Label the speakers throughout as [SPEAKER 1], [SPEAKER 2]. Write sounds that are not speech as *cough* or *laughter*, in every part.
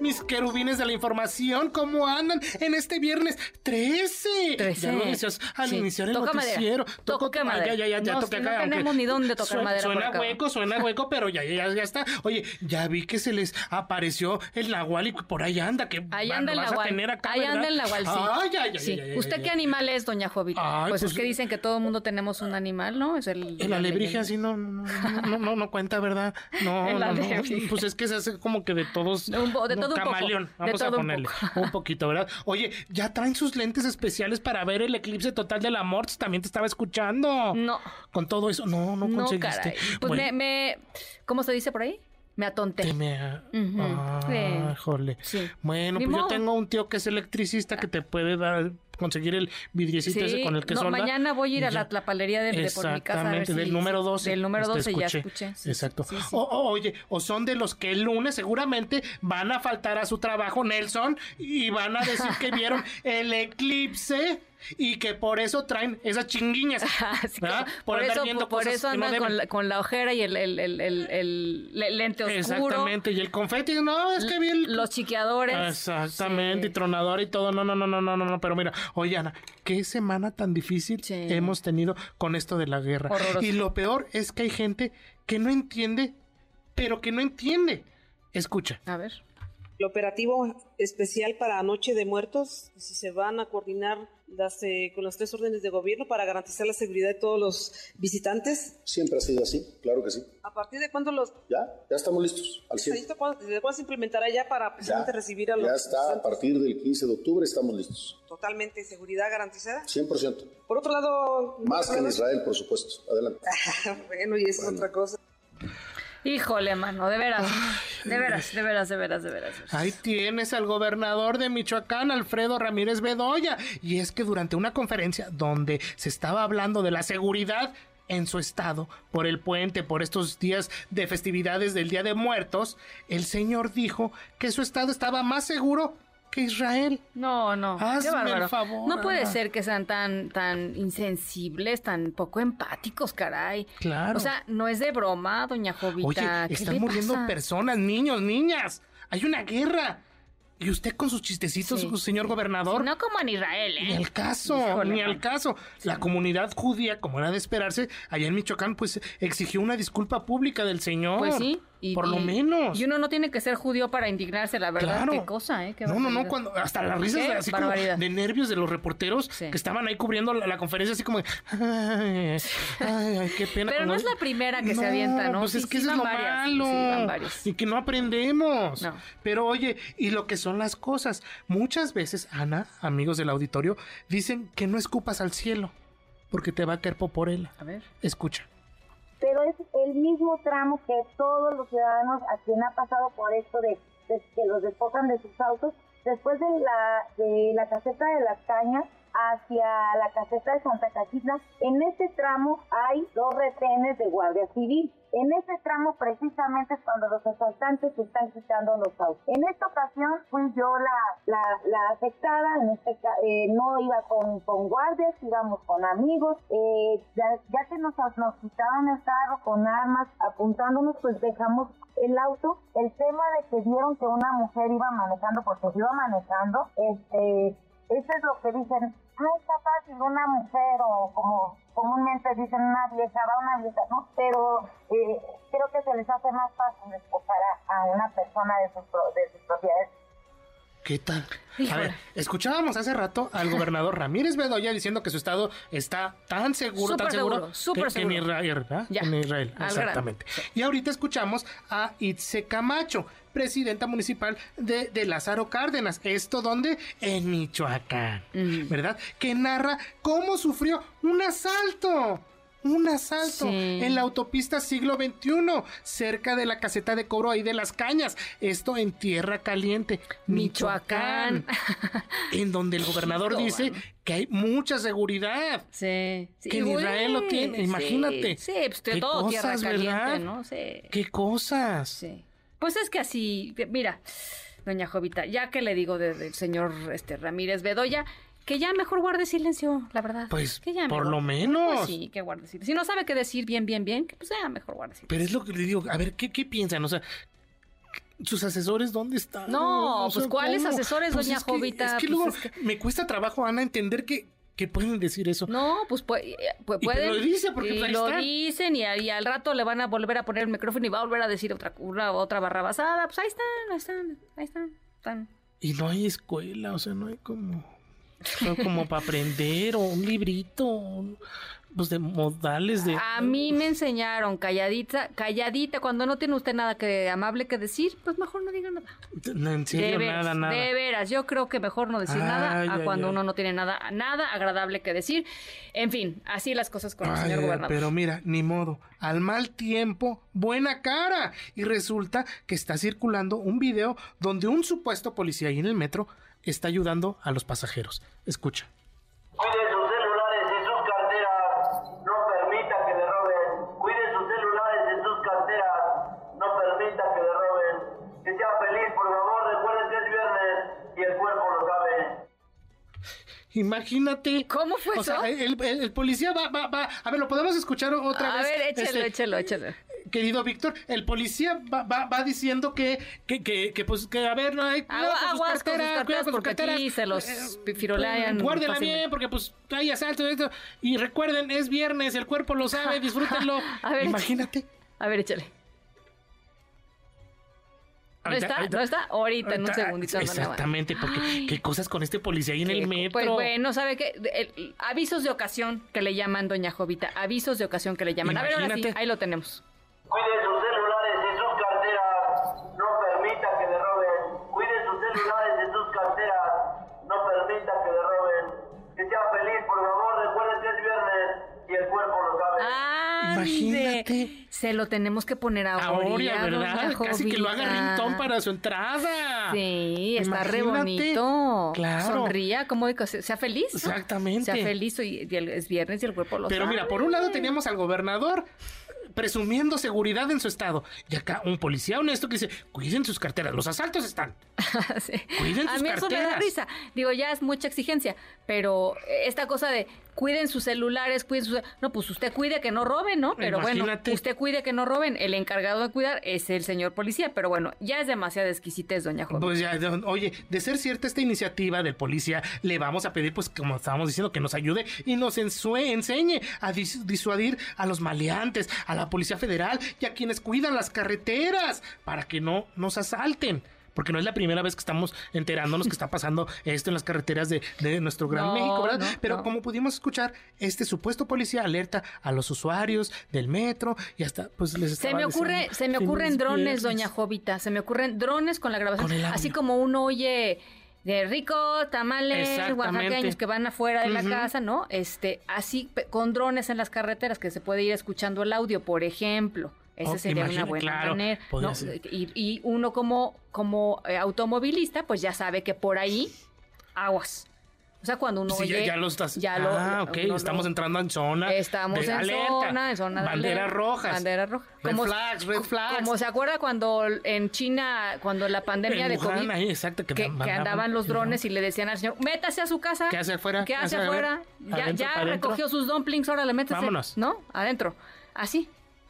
[SPEAKER 1] Mis querubines de la información, ¿cómo andan en este viernes 13?
[SPEAKER 2] 13.
[SPEAKER 1] Ya lo inicias al
[SPEAKER 2] Sí.
[SPEAKER 1] iniciar el
[SPEAKER 2] Toca madera.
[SPEAKER 1] noticiero. Toco-
[SPEAKER 2] Toca
[SPEAKER 1] ah,
[SPEAKER 2] madera.
[SPEAKER 1] Ya, ya, ya,
[SPEAKER 2] No,
[SPEAKER 1] ya
[SPEAKER 2] es que
[SPEAKER 1] toca
[SPEAKER 2] no
[SPEAKER 1] acá. aunque
[SPEAKER 2] tenemos ni dónde tocar
[SPEAKER 1] suen-
[SPEAKER 2] madera por
[SPEAKER 1] Suena
[SPEAKER 2] acá.
[SPEAKER 1] hueco, suena
[SPEAKER 2] *laughs*
[SPEAKER 1] hueco, pero ya, ya, ya, ya está. Oye, ya vi que se les apareció el Nahual y por ahí anda. Que
[SPEAKER 2] Ahí
[SPEAKER 1] va-
[SPEAKER 2] anda
[SPEAKER 1] lo
[SPEAKER 2] el
[SPEAKER 1] vas a
[SPEAKER 2] nahual.
[SPEAKER 1] tener acá,
[SPEAKER 2] Ahí
[SPEAKER 1] ¿verdad?
[SPEAKER 2] anda el nahual, sí.
[SPEAKER 1] Ay, ay, ay,
[SPEAKER 2] Sí.
[SPEAKER 1] ay, ay,
[SPEAKER 2] ¿Usted
[SPEAKER 1] ay,
[SPEAKER 2] qué
[SPEAKER 1] ay.
[SPEAKER 2] animal es, doña Jovita?
[SPEAKER 1] Ay,
[SPEAKER 2] Pues, es
[SPEAKER 1] pues-
[SPEAKER 2] que dicen que todo mundo tenemos un animal, ¿no? Es el...
[SPEAKER 1] El
[SPEAKER 2] la
[SPEAKER 1] alebrije
[SPEAKER 2] leyenda.
[SPEAKER 1] así no, no, no, no, no, no
[SPEAKER 2] *laughs*
[SPEAKER 1] cuenta, ¿verdad? No,
[SPEAKER 2] El
[SPEAKER 1] no, no.
[SPEAKER 2] alebrije.
[SPEAKER 1] Pues es que se hace como que de todos.
[SPEAKER 2] De un po- de todo un poco.
[SPEAKER 1] camaleón.
[SPEAKER 2] De
[SPEAKER 1] Vamos a
[SPEAKER 2] todo un
[SPEAKER 1] ponerle un, poquito, ¿verdad? Oye, ya traen sus lentes especiales para ver el eclipse total de la Morts. También te estaba escuchando.
[SPEAKER 2] No.
[SPEAKER 1] Con todo eso. No, no,
[SPEAKER 2] No, caray.
[SPEAKER 1] conseguiste.
[SPEAKER 2] Pues
[SPEAKER 1] Bueno,
[SPEAKER 2] me, me... ¿Cómo se dice por ahí? Me atonté.
[SPEAKER 1] te me-
[SPEAKER 2] Ujú.
[SPEAKER 1] Ah,
[SPEAKER 2] Sí.
[SPEAKER 1] jole.
[SPEAKER 2] Sí.
[SPEAKER 1] Bueno,
[SPEAKER 2] Ni
[SPEAKER 1] pues yo
[SPEAKER 2] modo.
[SPEAKER 1] tengo un tío que es electricista que te puede dar conseguir el vidriecito ese con el que
[SPEAKER 2] no,
[SPEAKER 1] solda.
[SPEAKER 2] mañana voy a ir
[SPEAKER 1] Y
[SPEAKER 2] a la
[SPEAKER 1] ya.
[SPEAKER 2] tapalería de, de por mi casa. a ver
[SPEAKER 1] Exactamente,
[SPEAKER 2] si-
[SPEAKER 1] del número 12.
[SPEAKER 2] Del número
[SPEAKER 1] Este,
[SPEAKER 2] 12 ya escuché. sí,
[SPEAKER 1] Exacto. Oh,
[SPEAKER 2] sí, sí.
[SPEAKER 1] O- o- oye, o son de los que el lunes seguramente van a faltar a su trabajo, Nelson, y van a decir que
[SPEAKER 2] *laughs*
[SPEAKER 1] vieron el eclipse y que por eso traen
[SPEAKER 2] *laughs*
[SPEAKER 1] esas chinguiñas.
[SPEAKER 2] Así que
[SPEAKER 1] ¿verdad?
[SPEAKER 2] por,
[SPEAKER 1] ¿Ah? andar
[SPEAKER 2] eso,
[SPEAKER 1] viendo
[SPEAKER 2] por
[SPEAKER 1] cosas
[SPEAKER 2] eso
[SPEAKER 1] que no
[SPEAKER 2] andan
[SPEAKER 1] deben.
[SPEAKER 2] con, la, con la ojera y el, el- el- el- el- el lente oscuro.
[SPEAKER 1] Exactamente, y el confeti, no, es que vi el...
[SPEAKER 2] Los chiqueadores.
[SPEAKER 1] Exactamente, y tronador y todo. No, no, no, no, no, no, no. Pero mira, oye, Ana, qué semana tan difícil
[SPEAKER 2] Sí.
[SPEAKER 1] hemos tenido con esto de la guerra.
[SPEAKER 2] Horroroso.
[SPEAKER 1] Y lo peor es que hay gente que no entiende, pero que no entiende. Escucha.
[SPEAKER 2] A ver.
[SPEAKER 3] El operativo especial para Noche de Muertos, si se van a coordinar las, eh, con las tres órdenes de gobierno para garantizar la seguridad de todos los visitantes.
[SPEAKER 4] Siempre ha sido así, claro que sí.
[SPEAKER 3] ¿A partir de cuándo los...
[SPEAKER 4] Ya, ya estamos listos, al 100.
[SPEAKER 3] ¿Desde cuándo desde cuándo se implementará ya para
[SPEAKER 4] Ya,
[SPEAKER 3] precisamente recibir a los
[SPEAKER 4] ya está, a
[SPEAKER 3] visitantes?
[SPEAKER 4] partir del 15 de octubre estamos listos,
[SPEAKER 3] Totalmente seguridad garantizada.
[SPEAKER 4] 100%.
[SPEAKER 3] Por otro lado... *laughs*
[SPEAKER 4] Más que en Israel, por supuesto. Adelante.
[SPEAKER 3] bueno, y eso es
[SPEAKER 4] Bueno.
[SPEAKER 3] otra cosa.
[SPEAKER 2] Híjole, mano, de veras. De veras, de veras, de veras, de veras. de veras.
[SPEAKER 1] Ahí tienes al gobernador de Michoacán, Alfredo Ramírez Bedoya. Y es que durante una conferencia donde se estaba hablando de la seguridad en su estado por el puente, por estos días de festividades del Día de Muertos, el señor dijo que su estado estaba más seguro que Israel.
[SPEAKER 2] No, no. qué
[SPEAKER 1] Hazme el
[SPEAKER 2] bárbaro.
[SPEAKER 1] favor,
[SPEAKER 2] no puede
[SPEAKER 1] Ana.
[SPEAKER 2] ser que sean tan, tan insensibles, tan poco empáticos, caray.
[SPEAKER 1] Claro.
[SPEAKER 2] O sea, no es de broma, doña Jovita.
[SPEAKER 1] Oye,
[SPEAKER 2] ¿qué
[SPEAKER 1] están
[SPEAKER 2] le
[SPEAKER 1] muriendo
[SPEAKER 2] pasa?
[SPEAKER 1] personas, niños, niñas. Hay una guerra. Y usted con sus chistecitos,
[SPEAKER 2] Sí.
[SPEAKER 1] señor gobernador.
[SPEAKER 2] No como en Israel, ¿eh?
[SPEAKER 1] Ni al caso,
[SPEAKER 2] Híjole,
[SPEAKER 1] ni al
[SPEAKER 2] mano.
[SPEAKER 1] caso. La comunidad judía, como era de esperarse, allá en Michoacán, pues exigió una disculpa pública del señor.
[SPEAKER 2] Pues sí. y-
[SPEAKER 1] por lo
[SPEAKER 2] y-
[SPEAKER 1] menos.
[SPEAKER 2] Y uno no tiene que ser judío para indignarse, la verdad.
[SPEAKER 1] Claro.
[SPEAKER 2] Qué cosa, ¿eh? Qué
[SPEAKER 1] no, no, no,
[SPEAKER 2] barbaridad.
[SPEAKER 1] cuando hasta las risas
[SPEAKER 2] Qué
[SPEAKER 1] así como
[SPEAKER 2] barbaridad.
[SPEAKER 1] de nervios de los reporteros
[SPEAKER 2] Sí.
[SPEAKER 1] que estaban ahí cubriendo la, la conferencia así como de, ay, ay, ay, qué pena.
[SPEAKER 2] Pero
[SPEAKER 1] con
[SPEAKER 2] no
[SPEAKER 1] los-
[SPEAKER 2] es la primera que se avienta, ¿no?
[SPEAKER 1] Pues
[SPEAKER 2] Sí,
[SPEAKER 1] es que
[SPEAKER 2] sí
[SPEAKER 1] eso
[SPEAKER 2] van
[SPEAKER 1] es lo
[SPEAKER 2] varias,
[SPEAKER 1] malo.
[SPEAKER 2] sí, van varias.
[SPEAKER 1] Y que no aprendemos.
[SPEAKER 2] No.
[SPEAKER 1] Pero oye, y lo que son las cosas. Muchas veces, Ana, amigos del auditorio, dicen que no escupas al cielo porque te va a caer poporela.
[SPEAKER 2] A ver.
[SPEAKER 1] Escucha.
[SPEAKER 5] pero es el mismo tramo que todos los ciudadanos a quien ha pasado por esto de, de que los despojan de sus autos, después de la, de la caseta de las cañas hacia la caseta de Santa Caquita, en este tramo hay dos retenes de Guardia Civil. En este tramo precisamente es cuando los asaltantes están quitando los autos. En esta ocasión fui yo la, la, la afectada, en este ca- eh, no iba con, con guardias, íbamos con amigos, eh, ya, ya que nos, nos quitaban el carro con armas apuntándonos, pues dejamos el auto. El tema de que vieron que una mujer iba manejando, porque iba manejando, este, eso es lo que dicen, no está fácil una mujer o como comúnmente dicen una vieja, va una vieja, ¿no? Pero eh, creo que se les hace más fácil despojar a, a una persona de sus, pro- de sus propiedades.
[SPEAKER 1] ¿Qué tal? A
[SPEAKER 2] Híjole.
[SPEAKER 1] ver, escuchábamos hace rato al gobernador Ramírez Bedoya diciendo que su estado está tan seguro, tan
[SPEAKER 2] Súper
[SPEAKER 1] seguro,
[SPEAKER 2] seguro, súper
[SPEAKER 1] que, que en
[SPEAKER 2] seguro.
[SPEAKER 1] Israel, ¿verdad?
[SPEAKER 2] Ya,
[SPEAKER 1] En Israel,
[SPEAKER 2] al grano.
[SPEAKER 1] exactamente. Y ahorita escuchamos a Itze Camacho, presidenta municipal de, de Lázaro Cárdenas. ¿Esto dónde? En Michoacán,
[SPEAKER 2] Ujú.
[SPEAKER 1] ¿verdad? Que narra cómo sufrió un asalto un asalto
[SPEAKER 2] Sí.
[SPEAKER 1] en la autopista siglo XXI, cerca de la caseta de cobro ahí de las cañas. Esto en Tierra Caliente, Michoacán,
[SPEAKER 2] Michoacán. *laughs*
[SPEAKER 1] en donde el gobernador
[SPEAKER 2] Hijo,
[SPEAKER 1] dice
[SPEAKER 2] mano.
[SPEAKER 1] que hay mucha seguridad.
[SPEAKER 2] Sí, sí.
[SPEAKER 1] Que en
[SPEAKER 2] güey,
[SPEAKER 1] Israel lo tiene,
[SPEAKER 2] sí,
[SPEAKER 1] imagínate.
[SPEAKER 2] Sí, pues de
[SPEAKER 1] Qué
[SPEAKER 2] todo tierra
[SPEAKER 1] cosas,
[SPEAKER 2] caliente,
[SPEAKER 1] ¿verdad?
[SPEAKER 2] ¿no? Sí.
[SPEAKER 1] ¡Qué cosas!
[SPEAKER 2] Sí. Pues es que así, que- mira, doña Jovita, ya que le digo de- del señor este Ramírez Bedoya, que ya mejor guarde silencio, la verdad.
[SPEAKER 1] Pues,
[SPEAKER 2] Que ya
[SPEAKER 1] por
[SPEAKER 2] mejor.
[SPEAKER 1] lo menos.
[SPEAKER 2] Pues sí, que guarde silencio. Si no sabe qué decir bien, bien, bien, que pues ya mejor guarde silencio.
[SPEAKER 1] Pero es lo que le digo, a ver, ¿qué, qué piensan? O sea, ¿sus asesores dónde están?
[SPEAKER 2] No,
[SPEAKER 1] O sea,
[SPEAKER 2] pues, ¿cuáles
[SPEAKER 1] ¿cómo?
[SPEAKER 2] asesores, doña
[SPEAKER 1] es que-
[SPEAKER 2] Jovita?
[SPEAKER 1] es que
[SPEAKER 2] Pues,
[SPEAKER 1] luego
[SPEAKER 2] es que-
[SPEAKER 1] me cuesta trabajo, Ana, entender que, que pueden decir eso.
[SPEAKER 2] No, pues, pue- eh, pues
[SPEAKER 1] Y pero
[SPEAKER 2] pueden.
[SPEAKER 1] lo dice, porque
[SPEAKER 2] y
[SPEAKER 1] ahí
[SPEAKER 2] lo
[SPEAKER 1] está.
[SPEAKER 2] dicen y, al- y al rato le van a volver a poner el micrófono y va a volver a decir otra una- otra barra basada. Pues ahí están, ahí están, ahí están, están.
[SPEAKER 1] Y no hay escuela, o sea, no hay como, no hay como para aprender o un librito, un- pues de modales de... pues.
[SPEAKER 2] A mí me enseñaron calladita, calladita, cuando no tiene usted nada que amable que decir, pues mejor no diga nada.
[SPEAKER 1] No, en serio,
[SPEAKER 2] veras,
[SPEAKER 1] nada, nada.
[SPEAKER 2] de veras, yo creo que mejor no decir
[SPEAKER 1] Ay,
[SPEAKER 2] nada a
[SPEAKER 1] ay,
[SPEAKER 2] cuando
[SPEAKER 1] ay.
[SPEAKER 2] uno no tiene nada, nada agradable que decir. En fin, así las cosas con el
[SPEAKER 1] Ay,
[SPEAKER 2] señor
[SPEAKER 1] ay,
[SPEAKER 2] gobernador.
[SPEAKER 1] pero mira, ni modo, al mal tiempo, buena cara. Y resulta que está circulando un video donde un supuesto policía ahí en el metro está ayudando a los pasajeros. Escucha.
[SPEAKER 6] Cuide sus celulares y sus carteras. No permita que le roben. Cuide sus celulares y sus carteras. No permita que le roben. Que sea feliz, por favor. Recuerden que es viernes y el cuerpo lo sabe.
[SPEAKER 1] Imagínate.
[SPEAKER 2] ¿Cómo fue
[SPEAKER 1] O sea, el, el- el policía va, va, va. A ver, lo podemos escuchar otra
[SPEAKER 2] a
[SPEAKER 1] vez.
[SPEAKER 2] ver, échelo,
[SPEAKER 1] Este,
[SPEAKER 2] échelo, échelo.
[SPEAKER 1] Querido Víctor, el policía va, va, va diciendo que, que, que, que, pues, que, a ver, no hay. cuidado
[SPEAKER 2] Agua-
[SPEAKER 1] con sus
[SPEAKER 2] aguas con sus
[SPEAKER 1] carteras, cuidado
[SPEAKER 2] carteras,
[SPEAKER 1] con sus
[SPEAKER 2] porque aquí
[SPEAKER 1] carteras.
[SPEAKER 2] se los
[SPEAKER 1] Eh,
[SPEAKER 2] pifirolean
[SPEAKER 1] Guárdela
[SPEAKER 2] fácilmente.
[SPEAKER 1] bien, porque pues hay asalto. Esto. Y recuerden, es viernes, el cuerpo lo sabe, disfrútenlo.
[SPEAKER 2] A ver,
[SPEAKER 1] Imagínate.
[SPEAKER 2] A ver, échale. No
[SPEAKER 1] Ahorita-
[SPEAKER 2] está,
[SPEAKER 1] ahorita-
[SPEAKER 2] no está, ahorita, en un
[SPEAKER 1] ahorita-
[SPEAKER 2] segundito. no le va.
[SPEAKER 1] Exactamente, porque qué cosas con este policía ahí en el
[SPEAKER 2] Que-
[SPEAKER 1] metro.
[SPEAKER 2] Pues bueno, ¿sabe qué? De- el- avisos de ocasión que le llaman, doña Jovita. Avisos de ocasión que le llaman. A ver, ahora sí,
[SPEAKER 1] Imagínate.
[SPEAKER 2] ahí lo tenemos.
[SPEAKER 6] Cuide sus celulares y sus carteras, no permita que le roben. Cuide sus celulares y sus carteras, no permita que le roben. Que sea feliz, por favor, recuerden que es viernes y el cuerpo lo sabe.
[SPEAKER 2] Ah, Ande.
[SPEAKER 1] Imagínate.
[SPEAKER 2] Se lo tenemos que poner ahora,
[SPEAKER 1] Ahora, ¿verdad?
[SPEAKER 2] doña
[SPEAKER 1] Casi que lo haga
[SPEAKER 2] Jovita.
[SPEAKER 1] rintón para su entrada.
[SPEAKER 2] ah. Sí, está re
[SPEAKER 1] Ah, Imagínate.
[SPEAKER 2] bonito.
[SPEAKER 1] Claro.
[SPEAKER 2] Sonría, como digo, se- sea feliz. ¿no?
[SPEAKER 1] Exactamente.
[SPEAKER 2] Sea feliz y, y el- es viernes y el cuerpo lo
[SPEAKER 1] Pero mira,
[SPEAKER 2] sabe.
[SPEAKER 1] por un lado teníamos al gobernador presumiendo seguridad en su estado. Y acá un policía honesto que dice, cuiden sus carteras, los asaltos están.
[SPEAKER 2] *laughs* Sí.
[SPEAKER 1] Cuiden
[SPEAKER 2] A
[SPEAKER 1] sus
[SPEAKER 2] mí eso me da
[SPEAKER 1] carteras.
[SPEAKER 2] risa. Digo, ya es mucha exigencia, pero eh, esta cosa de cuiden sus celulares, cuiden sus... No, pues usted cuide que no roben, ¿no? Pero
[SPEAKER 1] Imagínate.
[SPEAKER 2] bueno, usted cuide que no roben. El encargado de cuidar es el señor policía, pero bueno, ya es demasiada exquisitez, doña Joven.
[SPEAKER 1] Pues ya, don- oye, de ser cierta esta iniciativa del policía, le vamos a pedir, pues como estábamos diciendo, que nos ayude y nos ensue- enseñe a dis- disuadir a los maleantes, a la Policía Federal y a quienes cuidan las carreteras para que no nos asalten. Porque no es la primera vez que estamos enterándonos que está pasando esto en las carreteras de, de nuestro gran
[SPEAKER 2] No,
[SPEAKER 1] México, ¿verdad?
[SPEAKER 2] no,
[SPEAKER 1] Pero
[SPEAKER 2] no.
[SPEAKER 1] como pudimos escuchar, este supuesto policía alerta a los usuarios del metro y hasta pues les
[SPEAKER 2] Se
[SPEAKER 1] estaba
[SPEAKER 2] me ocurre,
[SPEAKER 1] diciendo,
[SPEAKER 2] se me
[SPEAKER 1] "Feliz
[SPEAKER 2] ocurren drones,
[SPEAKER 1] viernes".
[SPEAKER 2] doña Jovita, se me ocurren drones con la grabación,
[SPEAKER 1] Con el audio.
[SPEAKER 2] así como uno oye de rico, tamales,
[SPEAKER 1] Exactamente.
[SPEAKER 2] oaxaqueños que van afuera de la
[SPEAKER 1] Ujú.
[SPEAKER 2] casa, ¿no? Este, así pe- con drones en las carreteras que se puede ir escuchando el audio, por ejemplo. Esa
[SPEAKER 1] Oh,
[SPEAKER 2] sería una
[SPEAKER 1] imagínate,
[SPEAKER 2] buena
[SPEAKER 1] claro,
[SPEAKER 2] manera.
[SPEAKER 1] podría
[SPEAKER 2] ¿no?
[SPEAKER 1] ser.
[SPEAKER 2] Y, y uno como, como eh, automovilista, pues ya sabe que por ahí aguas. O sea, cuando uno
[SPEAKER 1] Sí, ya-
[SPEAKER 2] oye-
[SPEAKER 1] ya, lo estás.
[SPEAKER 2] ya lo-
[SPEAKER 1] ah, ok.
[SPEAKER 2] uno lo-
[SPEAKER 1] Estamos entrando en zona.
[SPEAKER 2] Estamos
[SPEAKER 1] de
[SPEAKER 2] en
[SPEAKER 1] alerta.
[SPEAKER 2] zona, en zona de
[SPEAKER 1] Banderas
[SPEAKER 2] alerta,
[SPEAKER 1] rojas.
[SPEAKER 2] Bandera roja.
[SPEAKER 1] Red flags, red
[SPEAKER 2] co-
[SPEAKER 1] flags.
[SPEAKER 2] Como se acuerda cuando en China, cuando la pandemia
[SPEAKER 1] En
[SPEAKER 2] de
[SPEAKER 1] Wuhan,
[SPEAKER 2] COVID,
[SPEAKER 1] ahí, exacto, que
[SPEAKER 2] que,
[SPEAKER 1] andaban-
[SPEAKER 2] que andaban los drones y le decían al señor, métase a su casa.
[SPEAKER 1] ¿Qué hace afuera?
[SPEAKER 2] ¿Qué hace
[SPEAKER 1] Hacia-
[SPEAKER 2] afuera?
[SPEAKER 1] adentro,
[SPEAKER 2] ya ya
[SPEAKER 1] para adentro.
[SPEAKER 2] recogió sus dumplings, ahora le métase.
[SPEAKER 1] Vámonos.
[SPEAKER 2] ¿No? Adentro. Así.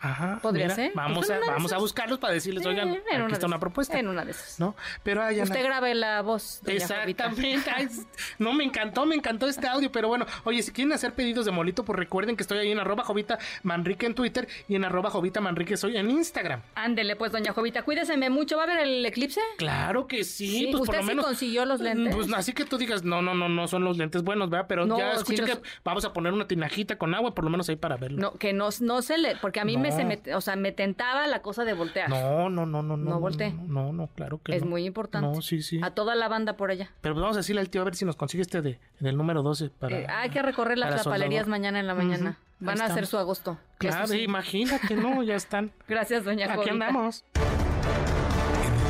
[SPEAKER 1] Ajá.
[SPEAKER 2] Podría ser.
[SPEAKER 1] Vamos,
[SPEAKER 2] Pues en
[SPEAKER 1] a,
[SPEAKER 2] una de
[SPEAKER 1] vamos a
[SPEAKER 2] esas.
[SPEAKER 1] buscarlos para decirles,
[SPEAKER 2] Eh,
[SPEAKER 1] Pues, oigan,
[SPEAKER 2] en
[SPEAKER 1] aquí
[SPEAKER 2] una de
[SPEAKER 1] está una
[SPEAKER 2] esas,
[SPEAKER 1] propuesta.
[SPEAKER 2] en una de esas.
[SPEAKER 1] ¿No? Pero hay
[SPEAKER 2] Usted grabe la voz. doña Jovita. *laughs*
[SPEAKER 1] Exactamente. Ay, s- no, me encantó, me encantó este audio. Pero bueno, oye, si quieren hacer pedidos de molito, pues recuerden que estoy ahí en arroba jovita manrique en Twitter y en arroba jovita manrique soy en Instagram.
[SPEAKER 2] Ándele pues, doña Jovita, cuídeseme mucho. ¿Va a ver el eclipse?
[SPEAKER 1] Claro que sí,
[SPEAKER 2] Sí,
[SPEAKER 1] pues por
[SPEAKER 2] ¿usted
[SPEAKER 1] lo
[SPEAKER 2] sí
[SPEAKER 1] menos.
[SPEAKER 2] consiguió los
[SPEAKER 1] Mm,
[SPEAKER 2] lentes?
[SPEAKER 1] Pues así que tú digas, no, no, no, no son los lentes buenos, ¿verdad? Pero
[SPEAKER 2] No,
[SPEAKER 1] ya
[SPEAKER 2] sí
[SPEAKER 1] escuché
[SPEAKER 2] los-
[SPEAKER 1] que vamos a poner una tinajita con agua, por lo menos ahí para verlo.
[SPEAKER 2] No, que no, no se le, porque a mí me,
[SPEAKER 1] No.
[SPEAKER 2] se me, o sea, me tentaba la cosa de voltear.
[SPEAKER 1] No, no, no, no, no.
[SPEAKER 2] No volteé.
[SPEAKER 1] No, no, no, claro que
[SPEAKER 2] es
[SPEAKER 1] no.
[SPEAKER 2] muy importante.
[SPEAKER 1] No, sí, sí.
[SPEAKER 2] A toda la banda por allá.
[SPEAKER 1] Pero pues vamos a decirle al tío a ver si nos consigue este de, del número 12 para...
[SPEAKER 2] Eh, hay que recorrer las
[SPEAKER 1] para
[SPEAKER 2] lapalerías
[SPEAKER 1] soldador.
[SPEAKER 2] mañana en la mañana.
[SPEAKER 1] Ujú.
[SPEAKER 2] Van a hacer
[SPEAKER 1] estamos.
[SPEAKER 2] su agosto.
[SPEAKER 1] Claro,
[SPEAKER 2] Eso sí.
[SPEAKER 1] imagínate, no, ya están.
[SPEAKER 2] Gracias, doña
[SPEAKER 1] Aquí
[SPEAKER 2] Jovita.
[SPEAKER 1] andamos.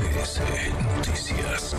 [SPEAKER 7] MBS Noticias.